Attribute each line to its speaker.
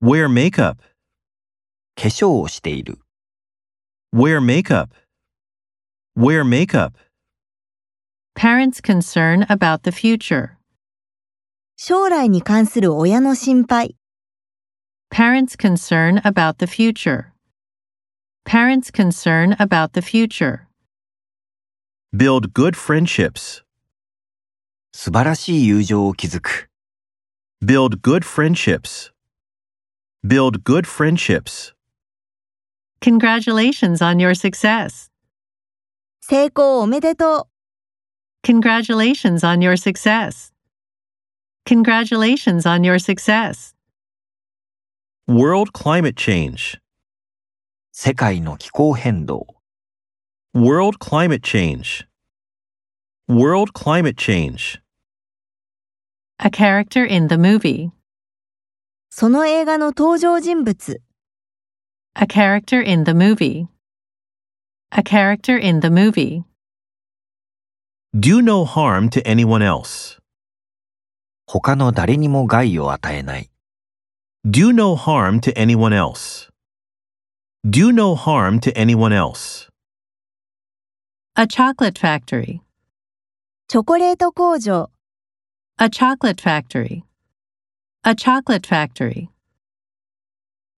Speaker 1: Wear makeup.
Speaker 2: 化粧をしている。
Speaker 1: Wear makeup. Wear makeup.
Speaker 3: Parents' concern about the future.
Speaker 4: 将来に関する親の心配、
Speaker 3: Parents' concern about the future. Parents' concern about the future.
Speaker 1: Build good friendships.
Speaker 2: 素晴らしい友情を築く。
Speaker 1: Build good friendships. Build good friendships.
Speaker 3: Congratulations on your success.
Speaker 4: 成功おめでとう。
Speaker 3: Congratulations on your success. Congratulations on your success.
Speaker 1: World climate change.
Speaker 2: 世界の気候変動。
Speaker 1: World climate change. World climate change.
Speaker 3: A character in the movie.
Speaker 4: その映画の登場人物、
Speaker 3: A character in the movie. A character in the movie.
Speaker 1: Do no harm to anyone else.
Speaker 2: 他の誰にも害を与えない。
Speaker 1: Do no harm to anyone else. Do no harm to anyone else.
Speaker 3: A chocolate factory.
Speaker 4: チョコレート工場。
Speaker 3: A chocolate factory. A chocolate factory.